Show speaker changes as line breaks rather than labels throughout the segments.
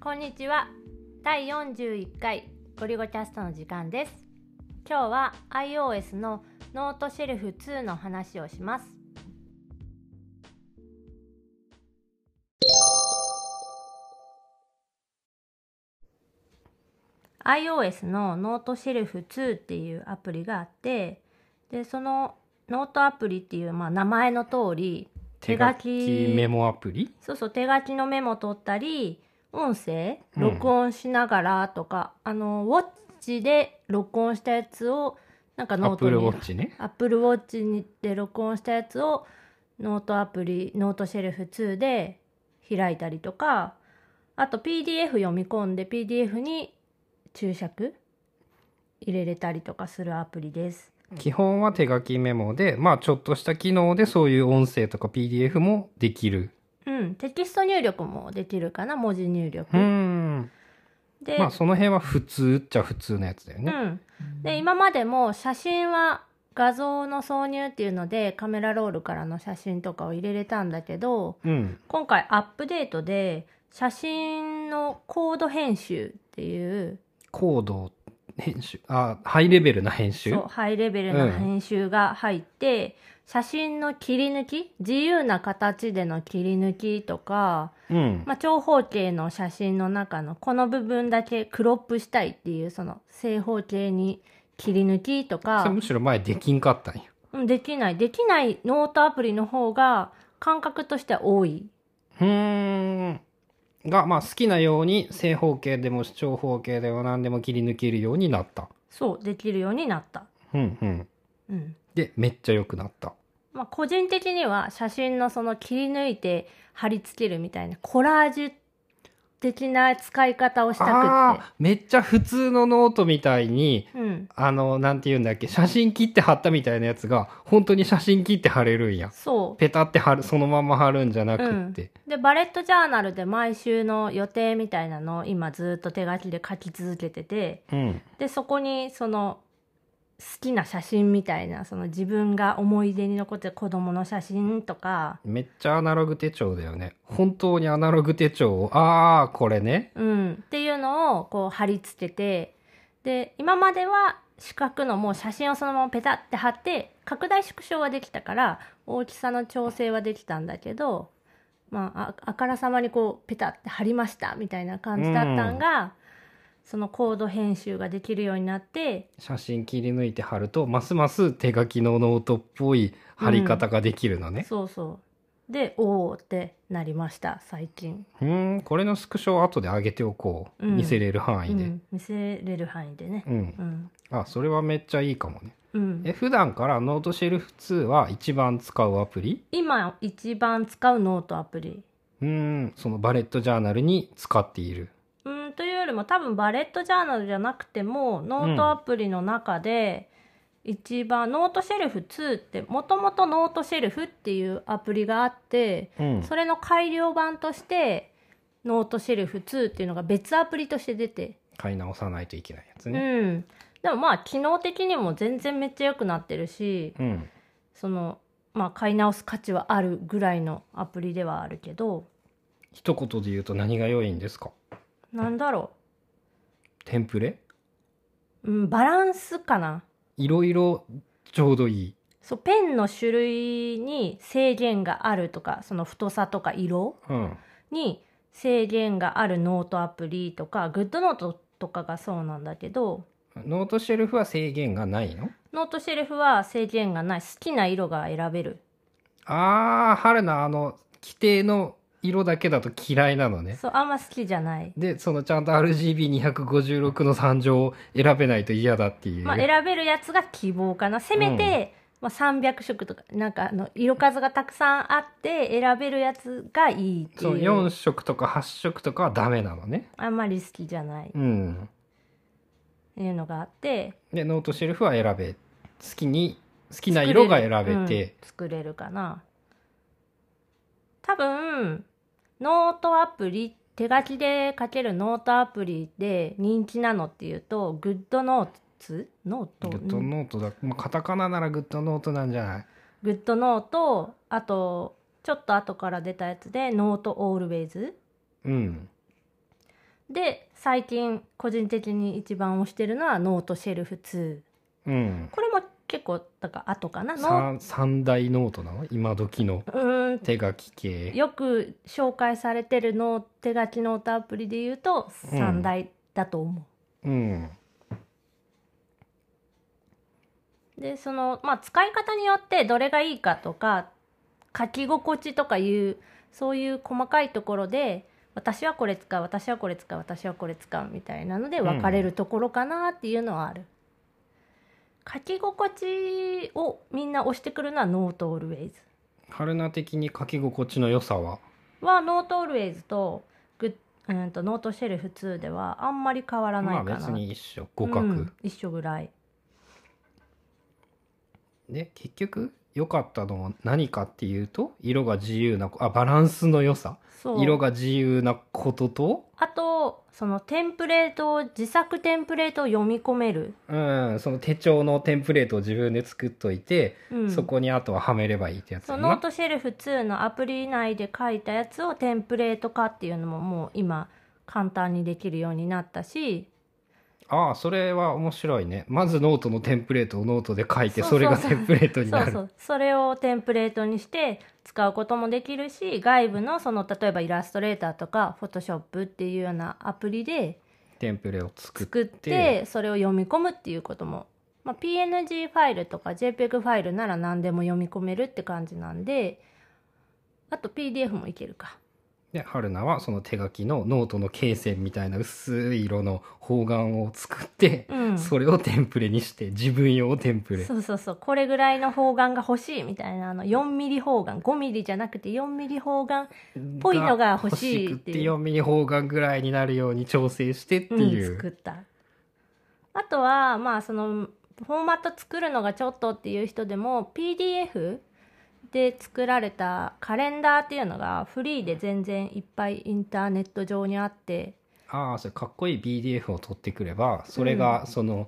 こんにちは第41回ゴリゴキャストの時間です今日は iOS のノートシェルフ2の話をしますiOS のノートシェルフ2っていうアプリがあってでそのノートアプリっていう、まあ、名前の通り手書き
メモアプリ
そうそう手書きのメモ取ったり音声録音しながらとか、あのウォッチで録音したやつをなんか
アッ
ノー
プ
ト
ルウ
に
ォッチね
アップルウォッチにで録音したやつをノートアプリノートシェルフ2で開いたりとかあと PDF 読み込んで PDF に注釈入れれたりとかするアプリです。
基本は手書きメモでまあちょっとした機能でそういう音声とか PDF もできる
うん、テキスト入力もできるかな文字入力。
うーん
で、
まあその辺は普通っちゃ普通のやつだよね、
うん、で今までも写真は画像の挿入っていうのでカメラロールからの写真とかを入れれたんだけど
うん、
今回アップデートで写真のコード編集っていう
コード編集あハイレベルな編集
そうハイレベルな編集が入って、写真の切り抜き自由な形での切り抜きとか、
うん、
まあ、長方形の写真の中のこの部分だけクロップしたいっていうその正方形に切り抜きとか
それむしろ前できんかったんや
うんできない。できないノートアプリの方が感覚としては多い。
うーんがまあ好きなように正方形でも四長方形でも何でも切り抜けるようになった
そう、できるようになった。
うんうん
うん。
でめっちゃ良くなった
まあ、個人的には写真のその切り抜いて貼り付けるみたいなコラージュ的な使い方をした
あ
くっ
ーめっちゃ普通のノートみたいに
て。うん。
あのなんて言うんだっけ写真切って貼ったみたいなやつが本当に写真切って貼れるんや
そ
ペタって貼るそのまま貼るんじゃなくって、
う。で、バレットジャーナルで毎週の予定みたいなのを今ずっと手書きで書き続けてて、
うん
で、そこにその好きな写真みたいな、その自分が思い出に残ってる子供の写真とか、
めっちゃアナログ手帳だよね本当にアナログ手帳をああこれね
うん、っていうのをこう貼り付けてで今までは四角のもう写真をそのままペタって貼って拡大縮小はできたから大きさの調整はできたんだけど、まあ、ああからさまにこうペタって貼りましたみたいな感じだったんが、そのコード編集ができるようになって
写真切り抜いて貼るとますます手書きのノートっぽい貼り方ができるのね
そうそうでおおってなりました最近、
うんんこれのスクショを後で上げておこう、
うん
見せれる範
う
囲で
ん、見せれる範囲でね。
うん、
うん
あそれはめっちゃいいかもね
うん
え普段からノートシェルフ2は一番使うアプリ
今一番使うノートアプリ
うーんそのバレットジャーナルに使っている
うん、というよりも多分バレットジャーナルじゃなくてもノートアプリの中で一番、ノートシェルフ2ってもともとノートシェルフっていうアプリがあって
うん
それの改良版としてノートシェルフ2っていうのが別アプリとして出て、
買い直さないといけないやつ
う
ね
ん、でもまあ機能的にも全然めっちゃ良くなってるし
うん、
その、まあ、買い直す価値はあるぐらいのアプリではあるけど
一言で言うと何が良いんですか
なんだろ
テンプレ
う、うん、バランスかない
ろいろちょうどいい
そうペンの種類に制限があるとかその太さとか色
うん
に制限があるノートアプリとかグッドノートとかがそうなんだけど
ノートシェルフは制限がないの
ノートシェルフは制限がない好きな色が選べる、
あー春菜あの規定の色だけだと嫌いなのね
そうあんま好きじゃない、
でそのちゃんと RGB256 の3乗を選べないと嫌だっていう、
まあ、選べるやつが希望かなせめて、まあ、300色とかなんかあの色数がたくさんあって選べるやつがいいって
そう
い
4
う
色とか8色とかはダメなのね
あんまり好きじゃないっ
うん
ていうのがあって
でノートシェルフは選べ好きに好きな色が選べて、
作れる,うん、作れるかな多分ノートアプリ手書きで書けるノートアプリで人気なのっていうとグッドノーツノート
グッド
うん
ノートだ、まあ、カタカナならグッドノートなんじゃない
グッドノートあとちょっと後から出たやつでノートオールウェイズ
うん
で最近個人的に一番推してるのはノートシェルフ2
うん
これも結構だから後かなの
三三大ノートなの今時の
うーん
手書き系
よく紹介されてるの手書きノートアプリで言うと
うん
3大だと思
うん
う、でそのまあ使い方によってどれがいいかとか書き心地とかいうそういう細かいところで私はこれ使う私はこれ使う私はこれ使うみたいなので分かれるところかなっていうのはある、書き心地をみんな押してくるのはノートオルウェイズ
春菜的に書き心地の良さは
はノートオルウェイズとグッうんとノートシェルフ2ではあんまり変わらない
ま
か
あ
な、
別に一緒互角、
うん一緒ぐらい
で結局良かったのは何かっていうと色が自由なあバランスの良さ
そう
色が自由なことと
あとそのテンプレートを自作テンプレートを読み込める、
うん、その手帳のテンプレートを自分で作っといて、
うん、
そこにあとははめればいいってやつ
そ
だ
うノー
な。
トシェルフ2のアプリ内で書いたやつをテンプレート化っていうのももう今簡単にできるようになったし
ああ、それは面白いね。まずノートのテンプレートをノートで書いて、
そう
それが
そう
テンプレートに
そ
な
う
る。
そうそれをテンプレートにして使うこともできるし外部のその例えばイラストレーターとかフォトショップっていうようなアプリで
テンプレを作って。
作ってそれを読み込むっていうことも、まあ、PNG ファイルとか JPEG ファイルなら何でも読み込めるって感じなんであと PDF もいけるか
で、春菜はその手書きのノートの罫線みたいな薄い色の方眼を作って、
うん
それをテンプレにして、自分用テンプレ。
そうそうそうこれぐらいの方眼が欲しいみたいなあの4ミリ方眼5ミリじゃなくて4ミリ方眼ぽいのが欲しい
欲
っ
く
て
て
いう
4ミリ方眼ぐらいになるように調整してってい
うん、作
う。
ったあとはまあそのフォーマット作るのがちょっとっていう人でも PDF で作られたカレンダーっていうのがフリーで全然いっぱいインターネット上にあって
ああそれかっこいい BDF を取ってくればそれがその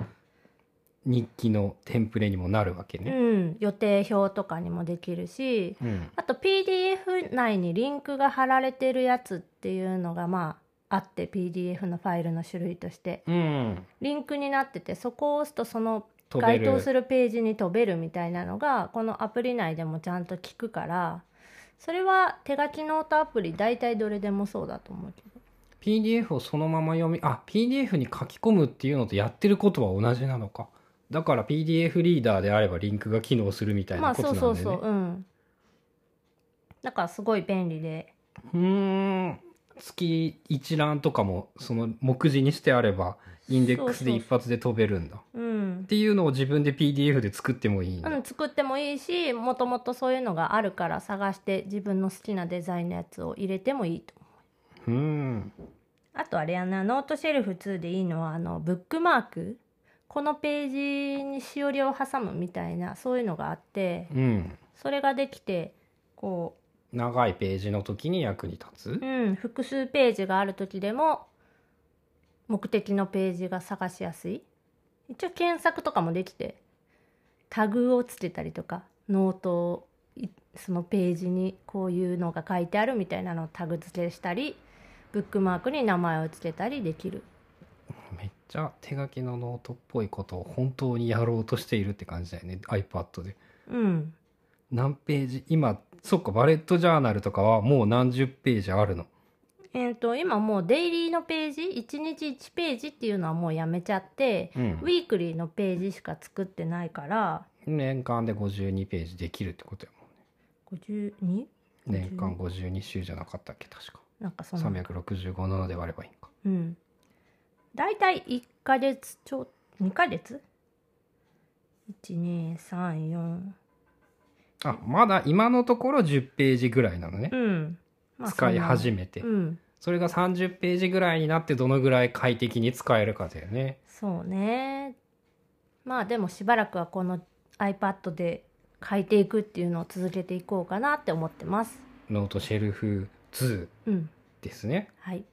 日記のテンプレにもなるわけ
う
ね。
ん予定表とかにもできるし
うん
あと PDF 内にリンクが貼られてるやつっていうのがまああって PDF のファイルの種類として
うん、
リンクになっててそこを押すとその
飛
該
べる
当するページに飛べるみたいなのがこのアプリ内でもちゃんと聞くからそれは手書きノートアプリ大体どれでもそうだと思うけ
PDF をそのまま読みあ PDF に書き込むっていうのとやってることは同じなのかだから PDF リーダーであればリンクが機能するみた
ど
い
ま
な
あ
こと
そ
なん
う
だよ
そ
ね。
うそううんだからすごい便利で
うーん月一覧とかもその目次にしてあればインデックスで一発で飛べるんだ。っ
うん、
ていうのを自分で PDF で作ってもいいんだ。
うん、作ってもいいしもともとそういうのがあるから探して自分の好きなデザインのやつを入れてもいいと思う
うん
あとあれやなノートシェルフ2でいいのはあのブックマークこのページにしおりを挟むみたいなそういうのがあって
うん
それができてこ
長いページの時に役に立つ
う、うん、複数ページがある時でも目的のページが探しやすい一応検索とかもできてタグをつけたりとかノートをいそのページにこういうのが書いてあるみたいなのをタグ付けしたりブックマークに名前を付けたりできる
めっちゃ手書きのノートっぽいことを本当にやろうとしているって感じだよね iPad で
うん
何ページ今そっかバレットジャーナルとかはもう何十ページあるの
えー、と今もうデイリーのページ1日1ページっていうのはもうやめちゃって、
うん
ウィークリーのページしか作ってないから
年間で52ページできるってことやもん
52?
年間52週じゃなかったっけ確か
なんかその
365なので割ればいいんか
うん大体1ヶ月ちょ2ヶ月 ?1234
あまだ今のところ10ページぐらいなのね
う、ん、まあ
使い始
め
めて、
うん
それが30ページぐらいになってどのぐらい快適に使えるかだよね
そうねまあでもしばらくはこの iPad で書いていくっていうのを続けていこうかなって思ってます
ノートシェルフ2
うん
ですね
はい